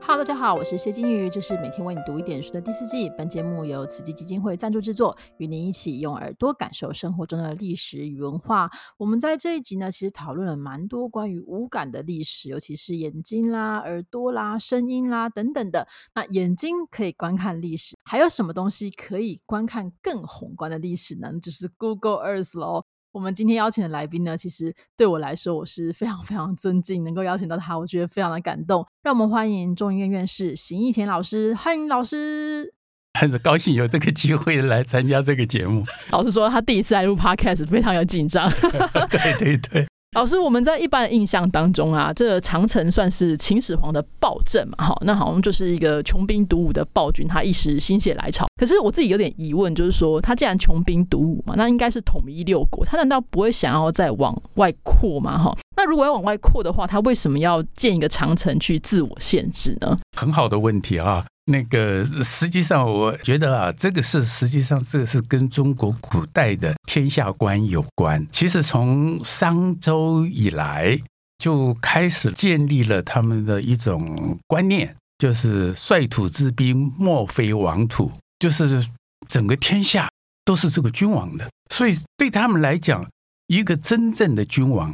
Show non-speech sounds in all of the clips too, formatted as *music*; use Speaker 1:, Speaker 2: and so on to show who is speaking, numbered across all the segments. Speaker 1: Hello，大家好，我是谢金鱼，这是每天为你读一点书的第四季。本节目由慈济基金会赞助制作，与您一起用耳朵感受生活中的历史与文化。我们在这一集呢，其实讨论了蛮多关于五感的历史，尤其是眼睛啦、耳朵啦、声音啦等等的。那眼睛可以观看历史，还有什么东西可以观看更宏观的历史呢？那就是 Google Earth 喽。我们今天邀请的来宾呢，其实对我来说，我是非常非常尊敬，能够邀请到他，我觉得非常的感动。让我们欢迎众议院院士邢义田老师，欢迎老师。
Speaker 2: 很高兴有这个机会来参加这个节目。
Speaker 3: 老师说，他第一次来录 podcast 非常有紧张。
Speaker 2: 对对对，
Speaker 3: *laughs* 老师，我们在一般的印象当中啊，这个长城算是秦始皇的暴政嘛，好，那好像就是一个穷兵黩武的暴君，他一时心血来潮。可是我自己有点疑问，就是说，他既然穷兵黩武嘛，那应该是统一六国，他难道不会想要再往外扩吗？哈，那如果要往外扩的话，他为什么要建一个长城去自我限制呢？
Speaker 2: 很好的问题啊。那个实际上，我觉得啊，这个是实际上这个是跟中国古代的天下观有关。其实从商周以来就开始建立了他们的一种观念，就是率土之滨，莫非王土，就是整个天下都是这个君王的。所以对他们来讲，一个真正的君王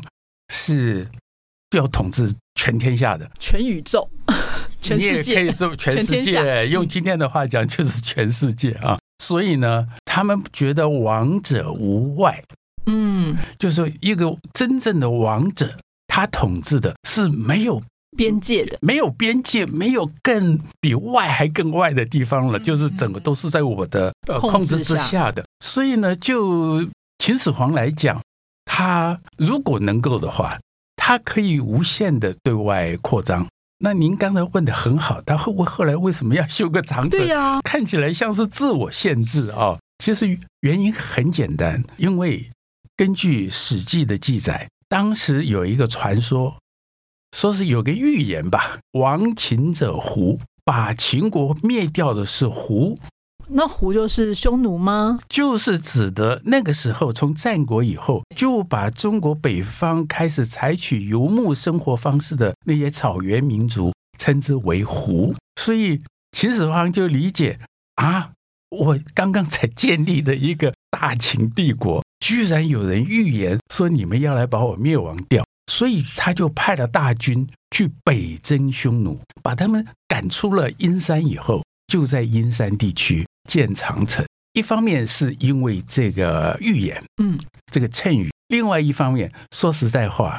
Speaker 2: 是要统治全天下的。
Speaker 3: 全宇宙， *laughs* 全
Speaker 2: 你也
Speaker 3: 世
Speaker 2: 可以
Speaker 3: 界，
Speaker 2: 这么全世
Speaker 3: 全天
Speaker 2: 界，用今天的话讲就是全世界啊。所以呢，他们觉得王者无外，
Speaker 3: 嗯，
Speaker 2: 就是说一个真正的王者，他统治的是没有
Speaker 3: 边界的，
Speaker 2: 没有边界，没有更比外还更外的地方了，
Speaker 1: 嗯
Speaker 2: 就是整个都是在我的呃
Speaker 3: 嗯
Speaker 2: 控
Speaker 3: 控
Speaker 2: 制
Speaker 3: 制
Speaker 2: 之
Speaker 3: 下
Speaker 2: 下的。所以呢，就秦始皇来讲，他如果能够的话，他可以无限的对外扩张。那您刚才问的很好，他后后来为什么要修个长城
Speaker 3: 对？呀、
Speaker 2: 看起来像是自我限制啊、其实原因很简单，因为根据《史记》的记载，当时有一个传说，说是有个预言吧，亡秦者胡，把秦国灭掉的是胡，
Speaker 3: 那胡就是匈奴吗？
Speaker 2: 就是指的那个时候，从战国以后，就把中国北方开始采取游牧生活方式的那些草原民族称之为胡。所以秦始皇就理解啊，我刚刚才建立的一个大秦帝国，居然有人预言说你们要来把我灭亡掉，所以他就派了大军去北征匈奴，把他们赶出了阴山以后，就在阴山地区建长城。一方面是因为这个预言，
Speaker 3: 嗯，
Speaker 2: 这个谶语；另外一方面，说实在话，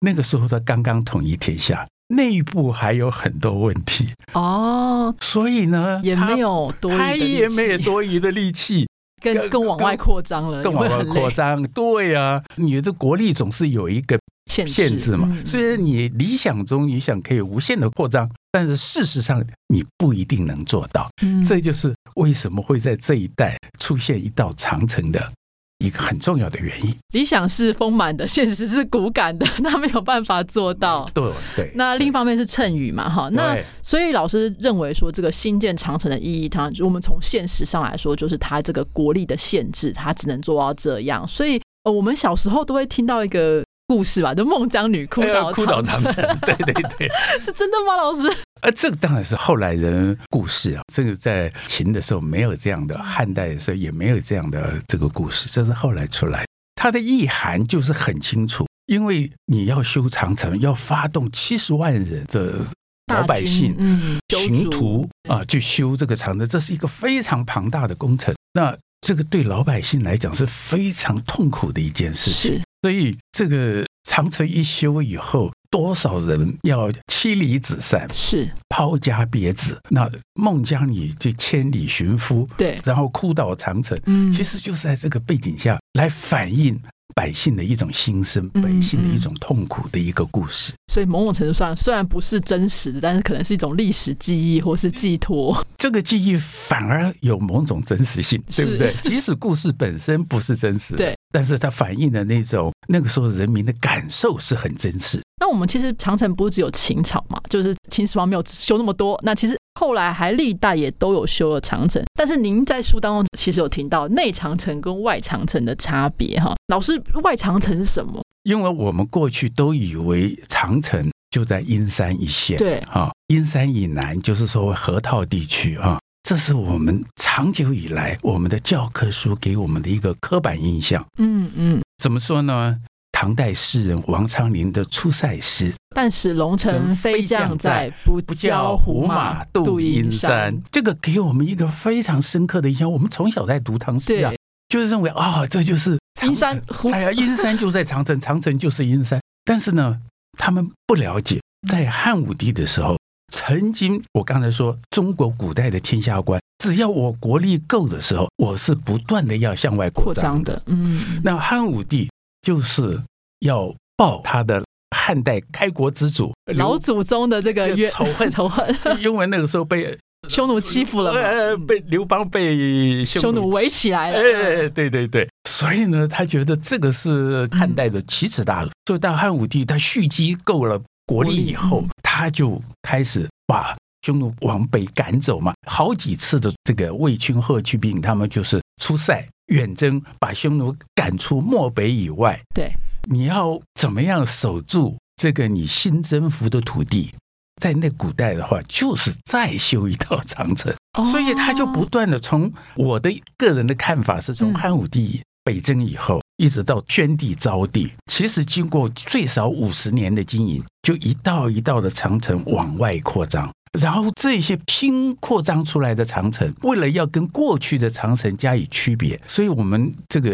Speaker 2: 那个时候他刚刚统一天下，内部还有很多问题，
Speaker 3: 哦，
Speaker 2: 所以呢，
Speaker 3: 也
Speaker 2: 他
Speaker 3: 没有多余的
Speaker 2: 他
Speaker 3: 力气
Speaker 2: 也没有多余的力
Speaker 3: *laughs*
Speaker 2: 气，
Speaker 3: 更
Speaker 2: 更
Speaker 3: 更往外扩张了，
Speaker 2: 更
Speaker 3: 也会
Speaker 2: 往外
Speaker 3: 很累
Speaker 2: 扩张。对啊，你的国力总是有一个
Speaker 3: 限制
Speaker 2: 限制嘛。
Speaker 3: 嗯
Speaker 2: 虽然你理想中你想可以无限的扩张，但是事实上你不一定能做到。
Speaker 3: 嗯
Speaker 2: 这就是为什么会在这一带出现一道长城的一个很重要的原因。
Speaker 3: 理想是丰满的， *laughs* 现实是骨感的， *laughs* 他没有办法做到。
Speaker 2: 对嗯对，
Speaker 3: 那另一方面是谶语嘛，哈，那
Speaker 2: 对
Speaker 3: 所以老师认为说，这个新建长城的意义，它我们从现实上来说，就是它这个国力的限制，它只能做到这样。所以，呃，我们小时候都会听到一个故事吧，就孟姜女哭
Speaker 2: 呃
Speaker 3: 倒
Speaker 2: 哭倒
Speaker 3: 长
Speaker 2: 长城，对对对，
Speaker 3: *laughs* 城，是真的吗？老师，
Speaker 2: 呃，这个当然是后来人故事啊，这个在秦的时候没有这样的，汉代的时候也没有这样的这个故事，这是后来出来的。它的意涵就是很清楚，因为你要修长城，要发动七十万人的老百姓
Speaker 3: 大军，嗯，
Speaker 2: 行
Speaker 3: 修筑
Speaker 2: 徒
Speaker 3: 嗯
Speaker 2: 啊去修这个长城，这是一个非常庞大的工程。那这个对老百姓来讲是非常痛苦的一件事情。
Speaker 3: 是
Speaker 2: 所以这个长城一修以后，多少人要妻离子散、
Speaker 3: 是，
Speaker 2: 抛家别子？那孟姜女就千里寻夫，
Speaker 3: 对，
Speaker 2: 然后哭倒长城，
Speaker 3: 嗯，
Speaker 2: 其实就是在这个背景下来反映百姓的一种心声，
Speaker 3: 嗯
Speaker 2: 百姓的一种痛苦的一个故事。
Speaker 3: 所以某种程度上，虽然不是真实的，但是可能是一种历史记忆或是寄托。
Speaker 2: 这个记忆反而有某种真实性，对
Speaker 3: 是
Speaker 2: 不对？即使故事本身不是真实的，
Speaker 3: 对，
Speaker 2: 但是它反映的那种那个时候人民的感受是很真实。
Speaker 3: 那我们其实长城不是只有秦朝嘛，就是秦始皇没有修那么多，那其实后来还历代也都有修了长城。但是您在书当中其实有听到内长城跟外长城的差别哈，老师，外长城是什么？
Speaker 2: 因为我们过去都以为长城就在阴山一线，
Speaker 3: 对
Speaker 2: 啊，阴山以南就是说河套地区啊，这是我们长久以来我们的教科书给我们的一个刻板印象。
Speaker 3: 嗯嗯。
Speaker 2: 怎么说呢？唐代诗人王昌龄的出塞诗
Speaker 3: 但使龙城飞将在，不
Speaker 2: 不
Speaker 3: 教
Speaker 2: 教
Speaker 3: 胡
Speaker 2: 胡
Speaker 3: 马
Speaker 2: 马
Speaker 3: 度
Speaker 2: 度
Speaker 3: 阴
Speaker 2: 阴
Speaker 3: 山
Speaker 2: 山。，这个给我们一个非常深刻的印象。我们从小在读唐诗啊
Speaker 3: 对，，
Speaker 2: 就是认为啊、这就是长
Speaker 3: 阴山
Speaker 2: 城
Speaker 3: 胡
Speaker 2: *laughs* 哎呀，阴山就在长城，长城就是阴山。但是呢，他们不了解，
Speaker 3: 嗯
Speaker 2: 在汉武帝的时候，曾经我刚才说，中国古代的天下观，只要我国力够的时候，我是不断的要向外
Speaker 3: 扩
Speaker 2: 扩
Speaker 3: 张
Speaker 2: 张
Speaker 3: 的，嗯，
Speaker 2: 那汉武帝就是要报他的汉代开国之主
Speaker 3: 老祖宗的这个
Speaker 2: 刘
Speaker 3: 冤
Speaker 2: 仇
Speaker 3: *laughs*
Speaker 2: 恨，
Speaker 3: 仇恨，
Speaker 2: 因为那个时候被
Speaker 3: 匈奴欺负了嘛，
Speaker 2: 呃
Speaker 3: 嗯
Speaker 2: 被刘邦被
Speaker 3: 匈奴围
Speaker 2: 起
Speaker 3: 起来了，嗯
Speaker 2: 哎，对对对，所以呢，他觉得这个是汉代的奇耻大辱。所以到汉武帝他蓄积够了国力以
Speaker 3: 国
Speaker 2: 后
Speaker 3: 力，
Speaker 2: 他就开始把匈奴往北赶走嘛。好几次的这个魏军、霍去病，他们就是出塞远征，把匈奴赶出漠北以外。
Speaker 3: 对，
Speaker 2: 你要怎么样守住这个你新征服的土地？在那古代的话，就是再修一道长城。
Speaker 3: 哦
Speaker 2: 所以他就不断的从我的个人的看法是，从
Speaker 3: 嗯
Speaker 2: 汉武帝北征以后，一直到宣帝、昭帝，其实经过最少五十年的经营，就一道一道的长城往外扩张。然后这些新扩张出来的长城，为了要跟过去的长城加以区别，所以我们这个、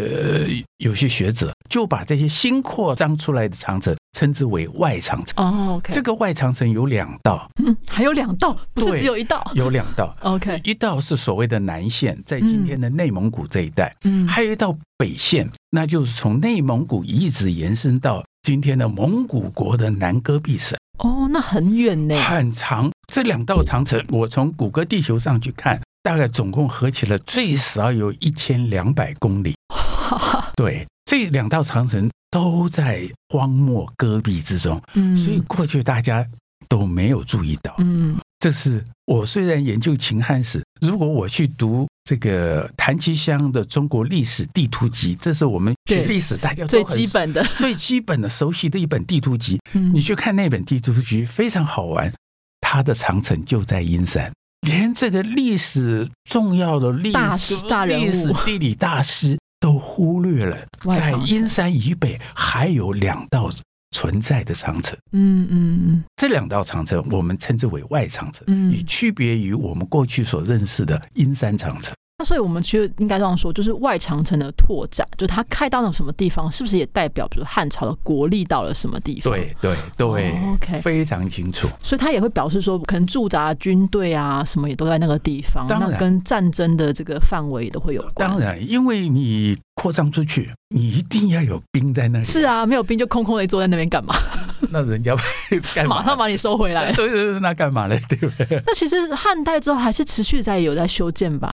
Speaker 2: 呃有些学者就把这些新扩张出来的长城称之为外长城。
Speaker 3: 哦，OK，
Speaker 2: 这个外长城有两道，
Speaker 3: 嗯还有两道，不是
Speaker 2: 对
Speaker 3: 只有一道
Speaker 2: 有两道，
Speaker 3: ，OK，
Speaker 2: 一道是所谓的南线，在今天的内蒙古这一带，
Speaker 3: 嗯，
Speaker 2: 还有一道北线，那就是从内蒙古一直延伸到今天的蒙古国的南戈壁省，
Speaker 3: 哦，那很远呢，
Speaker 2: 很长。这两道长城，我从谷歌地球上去看，大概总共合起来最少有一千两百公里。对，这两道长城都在荒漠戈壁之中，
Speaker 3: 嗯，
Speaker 2: 所以过去大家都没有注意到。
Speaker 3: 嗯，
Speaker 2: 这是我虽然研究秦汉史，如果我去读这个谭其骧的《中国历史地图集》，这是我们
Speaker 3: 对
Speaker 2: 学历史大家都
Speaker 3: 最
Speaker 2: 很
Speaker 3: 基本的，
Speaker 2: *laughs* 最基本的熟悉的一本地图集。
Speaker 3: 嗯
Speaker 2: 你去看那本地图集非常好玩，它的长城就在阴山，连这个历史重要的历
Speaker 3: 大
Speaker 2: 史
Speaker 3: 师大人物
Speaker 2: 历史地理大师都忽略了，
Speaker 3: 外
Speaker 2: 在
Speaker 3: 长城
Speaker 2: 阴山以北还有两道存在的长城。
Speaker 3: 嗯嗯
Speaker 2: 这两道长城我们称之为外长城，
Speaker 3: 嗯
Speaker 2: 以区别于我们过去所认识的阴山长城。
Speaker 3: 那所以我们其实应该这样说，就是外长城的拓展，就它开到了什么地方，是不是也代表，比如汉朝的国力到了什么地方？，
Speaker 2: 对对、
Speaker 3: 哦，OK
Speaker 2: 非常清楚。
Speaker 3: 所以它也会表示说，可能驻扎军队啊，什么也都在那个地方，
Speaker 2: 当然
Speaker 3: 那跟战争的这个范围也都会有关。
Speaker 2: 当然，因为你扩张出去，你一定要有兵在那里，
Speaker 3: 是啊，没有兵就空空的坐在那边干嘛？
Speaker 2: 那人家干嘛？
Speaker 3: 马上把你收回来
Speaker 2: 对对对，那干嘛嘞？对不哎对？
Speaker 3: 那其实汉代之后还是持续在有在修建吧？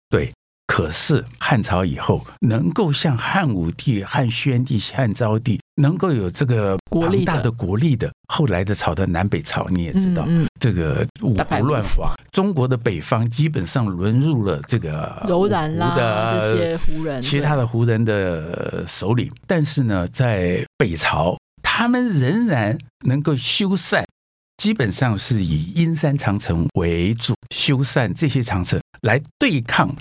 Speaker 2: 可是汉朝以后，能够像汉武帝、汉宣帝、汉昭帝，能够有这个
Speaker 3: 国力
Speaker 2: 庞
Speaker 3: 的
Speaker 2: 大的国力的，后来的朝的南北朝，你也知道，
Speaker 3: 嗯嗯
Speaker 2: 这个五
Speaker 3: 大概
Speaker 2: 胡乱华，中国的北方基本上沦入了这个
Speaker 3: 柔然啦
Speaker 2: 五胡呃的
Speaker 3: 这些胡人
Speaker 2: 其他的胡人的首领。但是呢，在北朝，他们仍然能够修缮，基本上是以阴山长城为主修缮这些长城来对抗，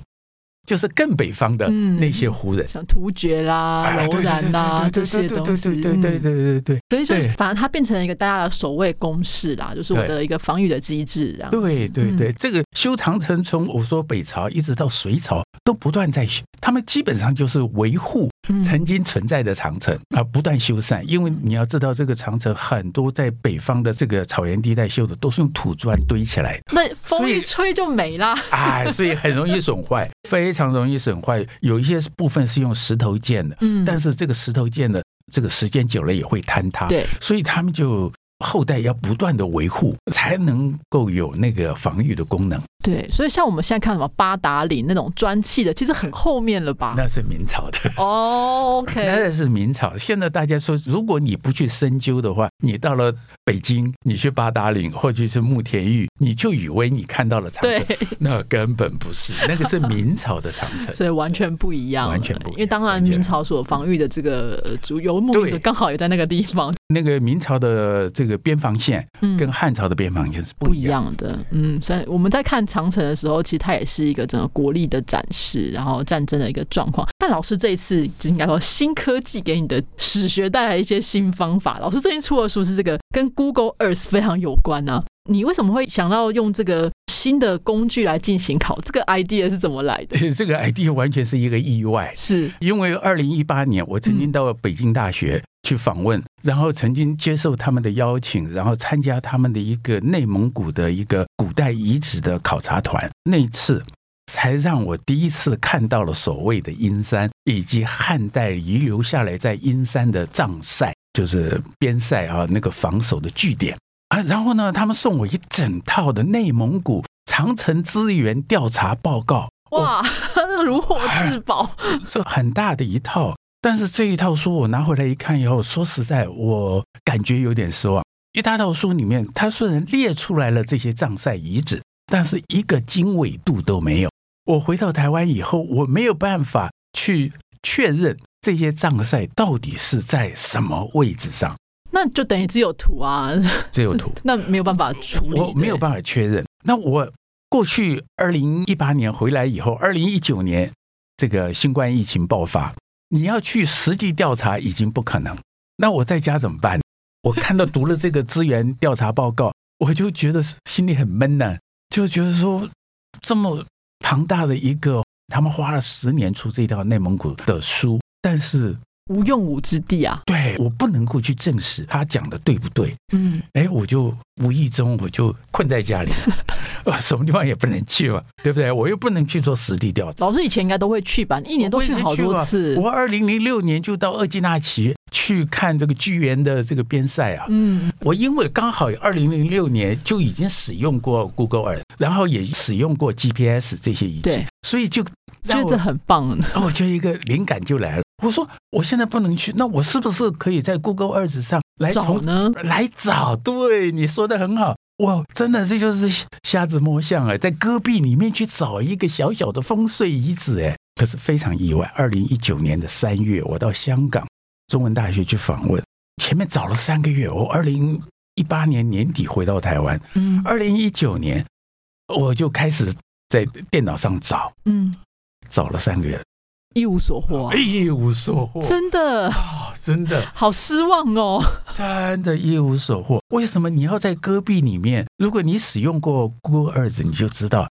Speaker 2: 就是更北方的
Speaker 3: 嗯
Speaker 2: 那些胡人。
Speaker 3: 像突厥啦、
Speaker 2: 哎
Speaker 3: 柔
Speaker 2: 对对
Speaker 3: 然啦这
Speaker 2: 对
Speaker 3: 些
Speaker 2: 对对
Speaker 3: 东西，
Speaker 2: 对对对对对
Speaker 3: 嗯
Speaker 2: 对对对。
Speaker 3: 所以就
Speaker 2: 对
Speaker 3: 反正它变成了一个大家的守卫公式啦，就是我
Speaker 2: 对
Speaker 3: 的一个防御的机制，这样子
Speaker 2: 对对
Speaker 3: 嗯
Speaker 2: 对，这个修长城从我说北朝一直到隋朝都不断在修，他们基本上就是维护
Speaker 3: 嗯
Speaker 2: 曾经存在的长城啊，不断修缮。因为你要知道，这个长城很多在北方的这个草原地带修的都是用土砖堆起来的，
Speaker 3: 那风
Speaker 2: 所
Speaker 3: 一
Speaker 2: 以
Speaker 3: 吹就没啦。
Speaker 2: 啊，所以很容易损坏，非常容易损坏。有一些部分是用石头建的，
Speaker 3: 嗯，
Speaker 2: 但是啊这个石头建的这个时间久了也会坍塌，
Speaker 3: 对，
Speaker 2: 所以他们就。后代要不断的维护，才能够有那个防御的功能。
Speaker 3: 对，所以像我们现在看什么八达岭那种砖砌的，其实很后面了吧？
Speaker 2: 那是明朝的。
Speaker 3: 哦，OK，
Speaker 2: 那是明朝。现在大家说，如果你不去深究的话，你到了北京，你去八达岭或者是慕田峪，你就以为你看到了长城，
Speaker 3: 对，
Speaker 2: 那根本不是，那个是明朝的长
Speaker 3: *laughs*
Speaker 2: 城。
Speaker 3: 所以完全不一样了，
Speaker 2: 完全不一样
Speaker 3: 因为当然
Speaker 2: 完全
Speaker 3: 明朝所防御的这个呃族游牧
Speaker 2: 对
Speaker 3: 者刚好也在那个地方，
Speaker 2: 那个明朝的这个边防线
Speaker 3: 嗯，
Speaker 2: 跟汉朝的边防线是
Speaker 3: 不
Speaker 2: 不
Speaker 3: 一
Speaker 2: 一样。
Speaker 3: 样的，嗯，所以我们在看长城的时候，其实它也是一个整个国力的展示，然后战争的一个状况。但老师这一次就应该说，新科技给你的史学带来一些新方法。老师最近出的书是这个跟 Google Earth 非常有关啊，你为什么会想到用这个新的工具来进行考？这个 idea 是怎么来的？
Speaker 2: *laughs* 这个 idea 完全是一个意外，
Speaker 3: 是
Speaker 2: 因为二零一八年我曾经到北京大学去访问，然后曾经接受他们的邀请，然后参加他们的一个内蒙古的一个古代遗址的考察团，那一次。才让我第一次看到了所谓的阴山，以及汉代遗留下来在阴山的障塞，就是边塞啊那个防守的据点啊。然后呢，他们送我一整套的内蒙古长城资源调查报告，
Speaker 3: 哇， *laughs* 如获至宝，
Speaker 2: 这很大的一套。但是这一套书我拿回来一看以后，说实在，我感觉有点失望。一大套书里面，它虽然列出来了这些藏塞遗址，但是一个经纬度都没有。我回到台湾以后，我没有办法去 *laughs* 确认这些藏塞到底是在什么位置上，
Speaker 3: 那就等于只有图啊，
Speaker 2: 只有图。
Speaker 3: *laughs* 那没有办法处理，
Speaker 2: 我没有
Speaker 3: 法，
Speaker 2: 办法确认。那我过去二零一八年回来以后，二零一九年这个新冠疫情爆发，你要去实地调查已经不可能。那我在家怎么办？我看到读了这个资源调查报告，我就觉得心里很闷呢、就觉得说这么庞大的一个，他们花了十年出这套内蒙古的书，但是
Speaker 3: 无用武之地啊，
Speaker 2: 对我不能够去证实他讲的对不对。
Speaker 3: 嗯，
Speaker 2: 哎，我就无意中我就困在家里，
Speaker 3: *laughs*
Speaker 2: 呃什么地方也不能去嘛，对不对？我又不能去做实地调查。
Speaker 3: 老师以前应该都会去吧，你一年都
Speaker 2: 我以前
Speaker 3: 好
Speaker 2: 去
Speaker 3: 多
Speaker 2: 过
Speaker 3: 次。
Speaker 2: 我二零零六年就到厄济纳奇去看这个巨源的这个边塞啊。
Speaker 3: 嗯，
Speaker 2: 我因为刚好二零零六年就已经使用过 Google Earth，然后也使用过 GPS 这些仪器
Speaker 3: 对，
Speaker 2: 所以就
Speaker 3: 觉
Speaker 2: 让
Speaker 3: 得这
Speaker 2: 我
Speaker 3: 很棒。
Speaker 2: 我觉得一个灵感就来了。我说我现在不能去，那我是不是可以在 Google Earth 上来
Speaker 3: 找
Speaker 2: 从
Speaker 3: 呢？
Speaker 2: 来找，对你说的很好。哇，真的，这就是瞎子摸象啊！在戈壁里面去找一个小小的风水遗址，哎，可是非常意外。二零一九年的三月，我到香港中文大学去访问，前面找了三个月，我二零一八年年底回到台湾，
Speaker 3: 嗯
Speaker 2: 二零一九年我就开始在电脑上找，
Speaker 3: 嗯，
Speaker 2: 找了三个月，
Speaker 3: 一无所获啊、
Speaker 2: 一哎无所获，
Speaker 3: 真的
Speaker 2: 啊、真的。
Speaker 3: 好失望哦。
Speaker 2: 真的，一无所获。为什么你要在戈壁里面？如果你使用过 Google Earth，你就知道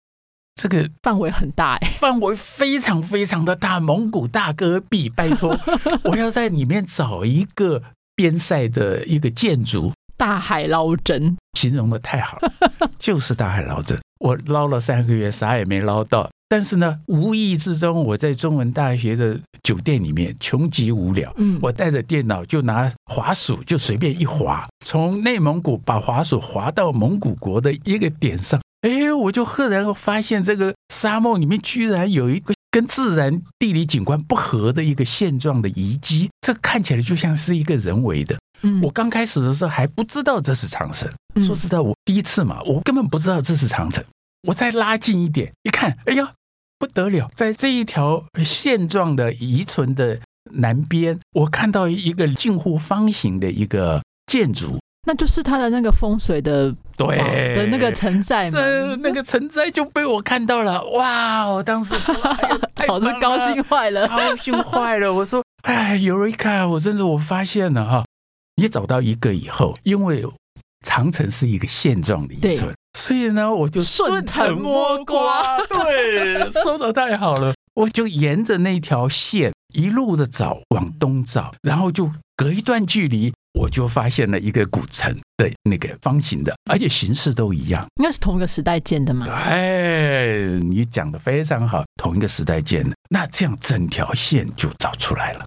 Speaker 2: 这个
Speaker 3: 范围很大哎、
Speaker 2: 范围非常非常的大，蒙古大戈壁。拜托，我要在里面找一个边塞的一个建筑，
Speaker 3: 大海捞针。
Speaker 2: 形容的太好了，就是大海捞针。我捞了三个月，啥也没捞到。但是呢，无意之中，我在中文大学的酒店里面穷极无聊，
Speaker 3: 嗯，
Speaker 2: 我带着电脑就拿滑鼠就随便一滑，从内蒙古把滑鼠滑到蒙古国的一个点上，哎，我就赫然发现这个沙漠里面居然有一个跟自然地理景观不合的一个现状的遗迹，这看起来就像是一个人为的。
Speaker 3: 嗯
Speaker 2: 我刚开始的时候还不知道这是长城，
Speaker 3: 嗯
Speaker 2: 说实在，我第一次嘛，我根本不知道这是长城。我再拉近一点，一看，哎呀，不得了！在这一条线状的遗存的南边，我看到一个近乎方形的一个建筑，
Speaker 3: 那就是它的那个风水的呃
Speaker 2: 对
Speaker 3: 的那个城寨嘛。
Speaker 2: 这那个城寨就被我看到了，哇！我当时说，
Speaker 3: *laughs*
Speaker 2: 哎呀太
Speaker 3: 老师
Speaker 2: 棒了
Speaker 3: 高兴坏 *laughs* 了。
Speaker 2: 高兴哦坏了。我说，哎，Eureka！我真的我发现了哈，你找到一个以后，因为长城是一个现状的
Speaker 3: 对
Speaker 2: 遗存，所以呢，我就
Speaker 3: 顺
Speaker 2: 顺
Speaker 3: 藤
Speaker 2: 藤
Speaker 3: 摸
Speaker 2: 摸
Speaker 3: 瓜
Speaker 2: 瓜，对，说的太好了。我就沿着那条线一路的找，往东找，然后就隔一段距离，我就发现了一个古城的那个方形的，而且形式都一样。
Speaker 3: 应该是同一个时代建的
Speaker 2: 啊
Speaker 3: 嘛。
Speaker 2: 对，哎你讲的非常好，
Speaker 3: *laughs*
Speaker 2: 同一个时代见的，那这样整条线就找出来了。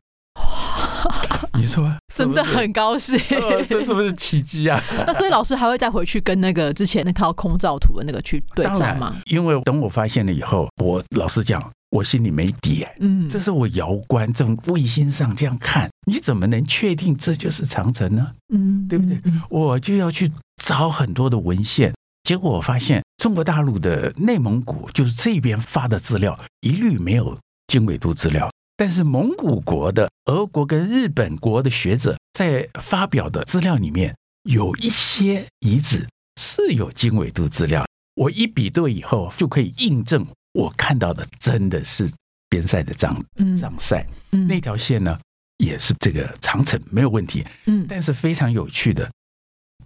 Speaker 2: 你说是
Speaker 3: 真
Speaker 2: 不
Speaker 3: 的
Speaker 2: 是
Speaker 3: 很高兴。
Speaker 2: *laughs*
Speaker 3: *laughs*
Speaker 2: 呃这是不是奇迹啊？
Speaker 3: 那所以老师还会再回去跟那个之前那套空照图的那个去 *laughs* 对
Speaker 2: 当
Speaker 3: 照
Speaker 2: 然
Speaker 3: 吗？
Speaker 2: 因为等我发现了以后，我老实讲，我心里没底、哎
Speaker 3: 嗯，
Speaker 2: 这是我遥观，从卫星上这样看，你怎么能确定这就是长城呢？
Speaker 3: 嗯，
Speaker 2: 对不对
Speaker 3: 嗯？嗯
Speaker 2: 我就要去找很多的文献，结果我发现中国大陆的内蒙古就是这边发的资料一律没有经纬度资料，但是蒙古国的、俄国跟日本国的学者在发表的资料里面有一些遗址是有经纬度资料，我一比对以后就可以印证我看到的真的是边塞的藏
Speaker 3: 嗯
Speaker 2: 藏塞
Speaker 3: 嗯
Speaker 2: 那条线呢。也是这个长城没有问题，
Speaker 3: 嗯
Speaker 2: 但是非常有趣的，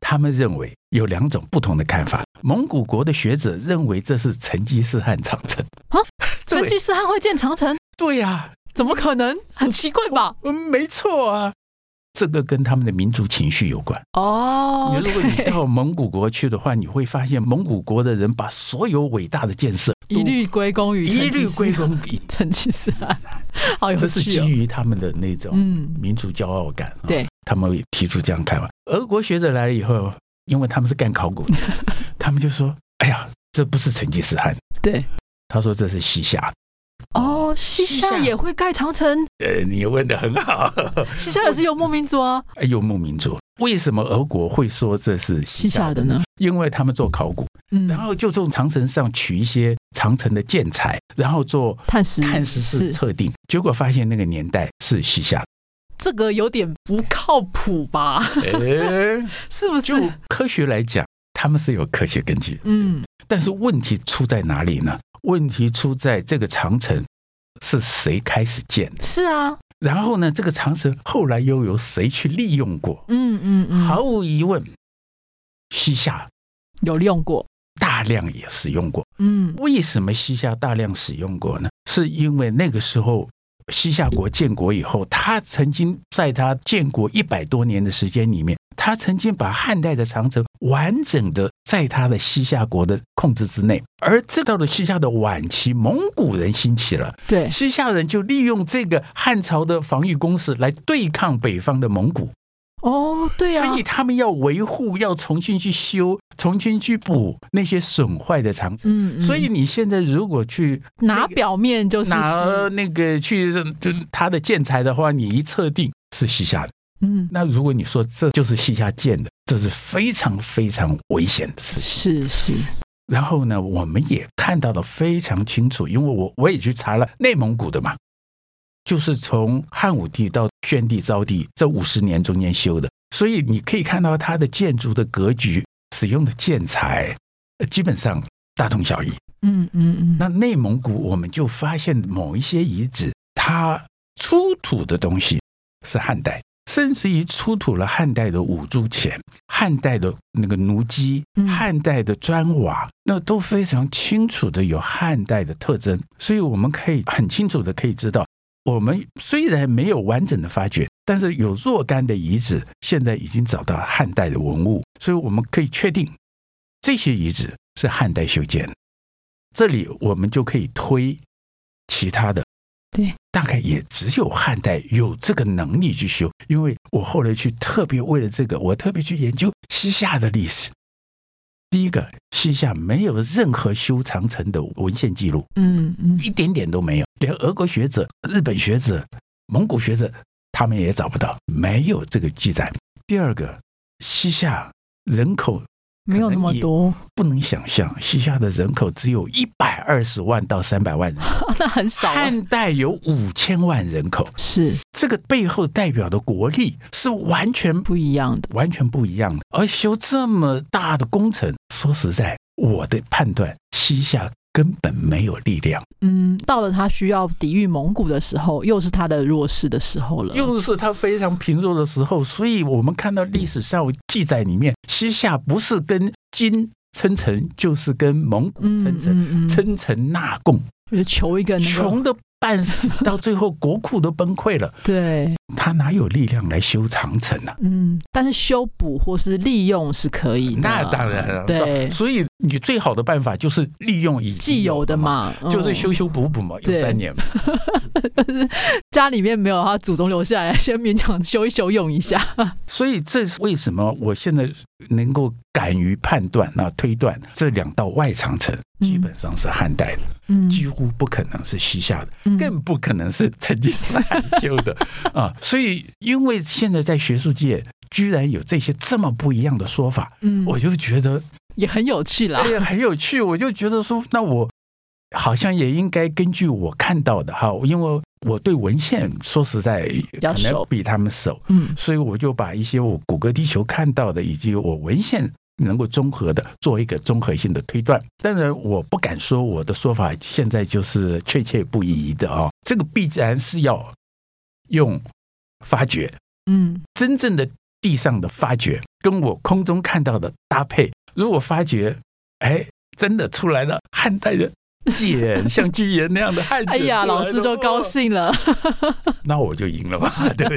Speaker 2: 他们认为有两种不同的看法。蒙古国的学者认为这是成吉思汗长城。
Speaker 3: 啊
Speaker 2: *laughs*
Speaker 3: 成吉思汗会建长城，
Speaker 2: 对呀、
Speaker 3: 怎么可能？很奇怪吧？
Speaker 2: 嗯，没错啊，这个跟他们的民族情绪有关。
Speaker 3: 哦
Speaker 2: 你，如果你
Speaker 3: OK
Speaker 2: 到蒙古国去的话，你会发现蒙古国的人把所有伟大的建设都
Speaker 3: 一律归功于
Speaker 2: 一
Speaker 3: 成吉
Speaker 2: 律
Speaker 3: 思
Speaker 2: 归功
Speaker 3: 汗
Speaker 2: 于
Speaker 3: 成吉思 *laughs*
Speaker 2: *laughs*
Speaker 3: 汗，好有
Speaker 2: 这是
Speaker 3: 趣
Speaker 2: 基
Speaker 3: 哦。
Speaker 2: 于他们的那种
Speaker 3: 嗯，
Speaker 2: 民族骄傲感、啊。
Speaker 3: 对，
Speaker 2: 他们会提出这样看法。俄国学者来了以后，因为他们是干
Speaker 3: *laughs*
Speaker 2: 考古的，他们就说：“哎呀，这不是成吉思汗。”
Speaker 3: 对，
Speaker 2: 他说这是西夏。
Speaker 3: 哦，西夏
Speaker 2: 夏
Speaker 3: 也会盖长城，
Speaker 2: *laughs* 呃，你问的很 *laughs* 好，
Speaker 3: 西夏也是游牧民族啊，
Speaker 2: 游牧哎民族。为什么俄国会说这是
Speaker 3: 西
Speaker 2: 西
Speaker 3: 夏
Speaker 2: 夏
Speaker 3: 的
Speaker 2: 的？
Speaker 3: 呢？
Speaker 2: 因为他们做考古，
Speaker 3: 嗯，
Speaker 2: 然后就从长城上取一些长城的建材，然后做
Speaker 3: 碳十
Speaker 2: 碳十
Speaker 3: 嗯
Speaker 2: 四
Speaker 3: 是
Speaker 2: 测定，结果发现那个年代是西 *laughs* 夏。
Speaker 3: 这个有点不靠谱吧？ *laughs*
Speaker 2: 呃，
Speaker 3: 是不？
Speaker 2: 就是科学来讲，他们是有科学根据，
Speaker 3: 嗯，
Speaker 2: 但是问题出在哪里呢？问题出在这个长城是谁开始建的？
Speaker 3: 是啊，
Speaker 2: 然后呢，这个长城后来又由谁去利用过？
Speaker 3: 嗯嗯嗯，
Speaker 2: 毫无疑问，西夏
Speaker 3: 有用过，
Speaker 2: 大量也使用过。
Speaker 3: 嗯
Speaker 2: 为什么西夏大量使用过呢？是因为那个时候西夏国建国以后，他曾经在他建国一百多年的时间里面，他曾经把汉代的长城完整的在他的西夏国的控制之内。而这到了西夏的晚期，蒙古人兴起了，
Speaker 3: 对，
Speaker 2: 西夏人就利用这个汉朝的防御工事来对抗北方的蒙古。
Speaker 3: 哦，对啊
Speaker 2: 所以，他们要维护，要重新去修，重新去补那些损坏的长城。
Speaker 3: 嗯，嗯
Speaker 2: 所以你现在如果去
Speaker 3: 拿表面就是
Speaker 2: 拿
Speaker 3: 西
Speaker 2: 那个去就是它的建材的话，你一测定是西夏的。
Speaker 3: 嗯，
Speaker 2: 那如果你说这就是西夏建的，这是非常非常危险的事情。
Speaker 3: 是是，
Speaker 2: 然后呢，我们也看到的非常清楚，因为我我也去查了内蒙古的嘛，就是从汉武帝到宣帝、昭帝这五十年中间修的，所以你可以看到它的建筑的格局、使用的建材，呃基本上大同小异。
Speaker 3: 嗯嗯嗯，
Speaker 2: 那内蒙古我们就发现某一些遗址，它出土的东西是汉代，甚至于出土了汉代的五铢钱、汉代的那个奴机
Speaker 3: 嗯、
Speaker 2: 汉代的砖瓦，那都非常清楚的有汉代的特征，所以我们可以很清楚的可以知道，我们虽然没有完整的发掘，但是有若干的遗址现在已经找到汉代的文物，所以我们可以确定这些遗址是汉代修建的。这里我们就可以推其他的，
Speaker 3: 对，
Speaker 2: 大概也只有汉代有这个能力去修。因为我后来去特别为了这个，我特别去研究西夏的历史。第一个，西夏没有任何修长城的文献记录，
Speaker 3: 嗯嗯
Speaker 2: 一点点都没有，连俄国学者、日本学者、蒙古学者他们也找不到，没有这个记载。第二个，西夏人口
Speaker 3: 没有那么多，
Speaker 2: 不能想象，西夏的人口只有一百二十万到三百万人，
Speaker 3: *laughs* 那很少啊，
Speaker 2: 汉代有五千万人口，
Speaker 3: 是
Speaker 2: 这个背后代表的国力是完全
Speaker 3: 不一样的，
Speaker 2: 完全不一样的。而修这么大的工程，说实在，我的判断，西夏根本没有力量，
Speaker 3: 嗯，到了他需要抵御蒙古的时候，又是他的弱势的时候了，
Speaker 2: 又是他非常贫弱的时候，所以我们看到历史上记载里面，西夏不是跟金称臣，就是跟蒙古
Speaker 3: 嗯
Speaker 2: 称
Speaker 3: 嗯
Speaker 2: 臣，
Speaker 3: 嗯，
Speaker 2: 称臣纳贡。
Speaker 3: 就是求一个那个
Speaker 2: 穷的半死，到最后国库都崩溃了。
Speaker 3: 对，
Speaker 2: 他哪有力量来修长城啊？
Speaker 3: 嗯，但是修补或是利用是可以的。
Speaker 2: 那当然了，
Speaker 3: 对，
Speaker 2: 所以你最好的办法就是利用已
Speaker 3: 既有的
Speaker 2: 的，
Speaker 3: 嘛，
Speaker 2: 就是
Speaker 3: 嗯
Speaker 2: 修修补补嘛，有
Speaker 3: 对
Speaker 2: 三年嘛。
Speaker 3: *laughs* 家里面没有他祖宗留下来，先勉强修一修用一下。
Speaker 2: 所以这是为什么我现在能够敢于判断啊推断这两道外长城
Speaker 3: 嗯
Speaker 2: 基本上是汉代的，
Speaker 3: 嗯
Speaker 2: 几乎不可能是西夏的，
Speaker 3: 嗯
Speaker 2: 更不可能是成吉思汗修
Speaker 3: *laughs*
Speaker 2: 的啊。所以因为现在在学术界。居然有这些这么不一样的说法，
Speaker 3: 嗯
Speaker 2: 我就觉得
Speaker 3: 也很有趣啦
Speaker 2: 哎。呀很有趣，我就觉得说，那我好像也应该根据我看到的哈，因为我对文献说实在
Speaker 3: 较
Speaker 2: 可能
Speaker 3: 熟
Speaker 2: 比他们熟，
Speaker 3: 嗯
Speaker 2: 所以我就把一些我谷歌地球看到的，以及我文献能够综合的做一个综合性的推断。当然，我不敢说我的说法现在就是确切不疑的啊、这个必然是要用发掘
Speaker 3: 嗯
Speaker 2: 真正的地上的发掘，跟我空中看到的搭配。如果发掘，哎，真的出来了汉代的简，像巨岩那样的汉简，
Speaker 3: 哎呀，老师就高，兴了，
Speaker 2: 那我就赢了嘛，对不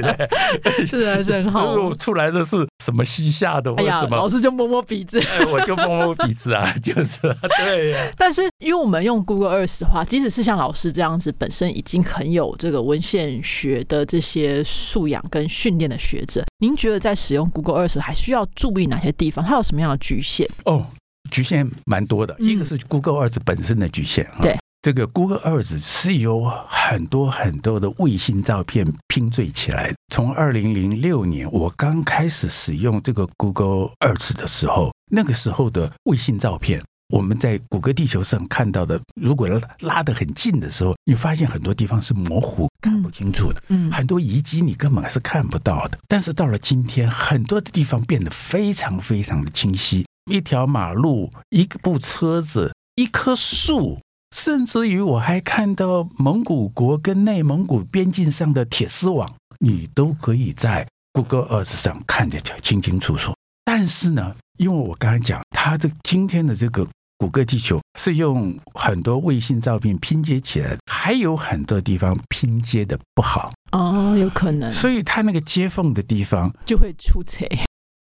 Speaker 3: *laughs*
Speaker 2: 对？
Speaker 3: 是还是很好
Speaker 2: 如。果出来的是什么西夏的或
Speaker 3: *laughs* 哎
Speaker 2: 者
Speaker 3: 呀，
Speaker 2: 什么
Speaker 3: 老，师就摸摸鼻子。
Speaker 2: 哎我就摸摸鼻子啊， *laughs* 就是啊对呀、
Speaker 3: 但是，因为我们用 Google Earth 的话，即使是像老师这样子，本身已经很有这个文献学的这些素养跟训练的学者，您觉得在使用 Google Earth 还需要注意哪些地方？它有什么样的局限？
Speaker 2: 哦，局限蛮多的，
Speaker 3: 嗯
Speaker 2: 一个是 Google Earth 本身的局限啊。
Speaker 3: 对。
Speaker 2: 这个 Google Earth 是由很多很多的卫星照片拼缀起来的。从二零零六年我刚开始使用这个 Google Earth 的时候，那个时候的卫星照片，我们在谷歌地球上看到的，如果拉拉得很近的时候，你发现很多地方是模糊、看不清楚的。
Speaker 3: 嗯
Speaker 2: 很多遗迹你根本是看不到的。但是到了今天，很多的地方变得非常非常的清晰，一条马路、一部车子、一棵树，甚至于我还看到蒙古国跟内蒙古边境上的铁丝网，你都可以在 Google Earth 上看得清清楚楚。但是呢，因为我刚才讲，它这今天的这个谷歌地球是用很多卫星照片拼接起来的，还有很多地方拼接的不好，
Speaker 3: 哦，有可能
Speaker 2: 所以它那个接缝的地方，
Speaker 3: 就会出错，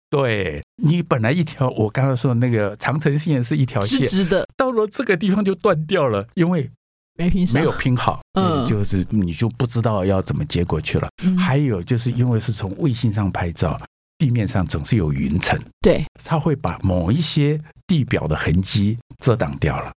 Speaker 2: 对你本来一条，我刚刚说的那个长城线是一条
Speaker 3: 是
Speaker 2: 线，
Speaker 3: 值得
Speaker 2: 到了这个地方就断掉了，因为
Speaker 3: 没平
Speaker 2: 没有拼好，
Speaker 3: 嗯
Speaker 2: 嗯，就是你就不知道要怎么接过去了。
Speaker 3: 嗯
Speaker 2: 还有就是因为是从卫星上拍照，地面上总是有云层，
Speaker 3: 对，
Speaker 2: 它会把某一些地表的痕迹遮挡掉了。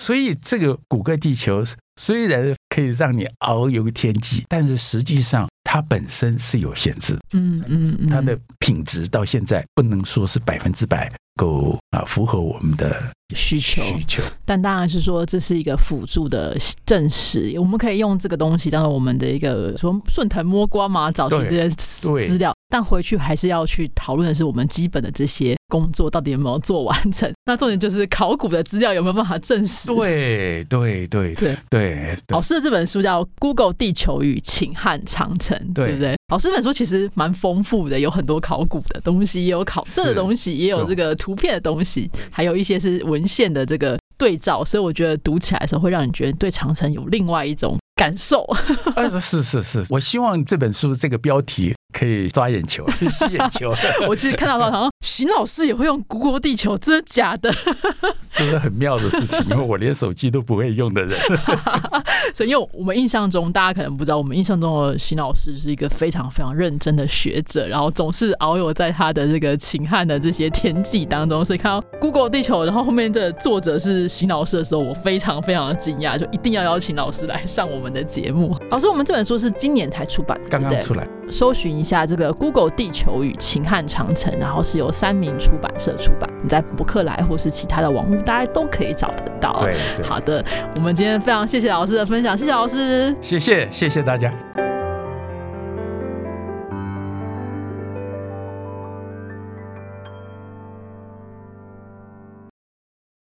Speaker 2: 所以这个谷歌地球虽然可以让你遨游天际，但是实际上它本身是有限制，
Speaker 3: 嗯嗯嗯，
Speaker 2: 它的品质到现在不能说是百分之百够啊符合我们的
Speaker 3: 嗯需求，
Speaker 2: 需求。
Speaker 3: 但当然是说这是一个辅助的证实，我们可以用这个东西当做我们的一个说顺藤摸瓜嘛，找寻这
Speaker 2: 对
Speaker 3: 些
Speaker 2: 对
Speaker 3: 资料。但回去还是要去讨论的是我们基本的这些工作到底有没有做完成。那重点就是考古的资料有没有办法证实。
Speaker 2: 对对
Speaker 3: 对
Speaker 2: 对对对
Speaker 3: 老，师的这本书叫《Google 地球与秦汉长城》，
Speaker 2: 对
Speaker 3: 不对？老师这本书其实蛮丰富的，有很多考古的东西，也有考证的
Speaker 2: 是
Speaker 3: 东西，也有
Speaker 2: 有
Speaker 3: 这个图片的东西，还有一些是文献的这个对照，所以我觉得读起来的时候会让你觉得对长城有另外一种感受。 *laughs*
Speaker 2: 啊是是是，我希望这本书这个标题可以抓
Speaker 3: *laughs*
Speaker 2: 眼球、吸眼球， *laughs*
Speaker 3: 我其实看到的时候好像邢老师也会用 Google 地球，真的假的？
Speaker 2: 这是很妙的事情，因为我连手机都不会用的人。
Speaker 3: 所以，因为我们印象中，大家可能不知道，我们印象中的邢老师是一个非常非常认真的学者，然后总是遨游在他的这个秦汉的这些天际当中。所以看到 Google 地球，然后后面的作者是邢老师的时候，我非常非常的惊讶，就一定要邀请老师来上我们的节目。老师，我们这本书是今年才出版的，
Speaker 2: 刚
Speaker 3: 对
Speaker 2: 刚
Speaker 3: 不对
Speaker 2: 出来，
Speaker 3: 搜寻一下这个 Google 地球与秦汉长城，然后是由三明出版社出版，你在博客来或是其他的网络，大家都可以找得到。
Speaker 2: 对对，
Speaker 3: 好的，我们今天非常谢谢老师的分享，谢谢老师。
Speaker 2: 谢谢谢谢大家。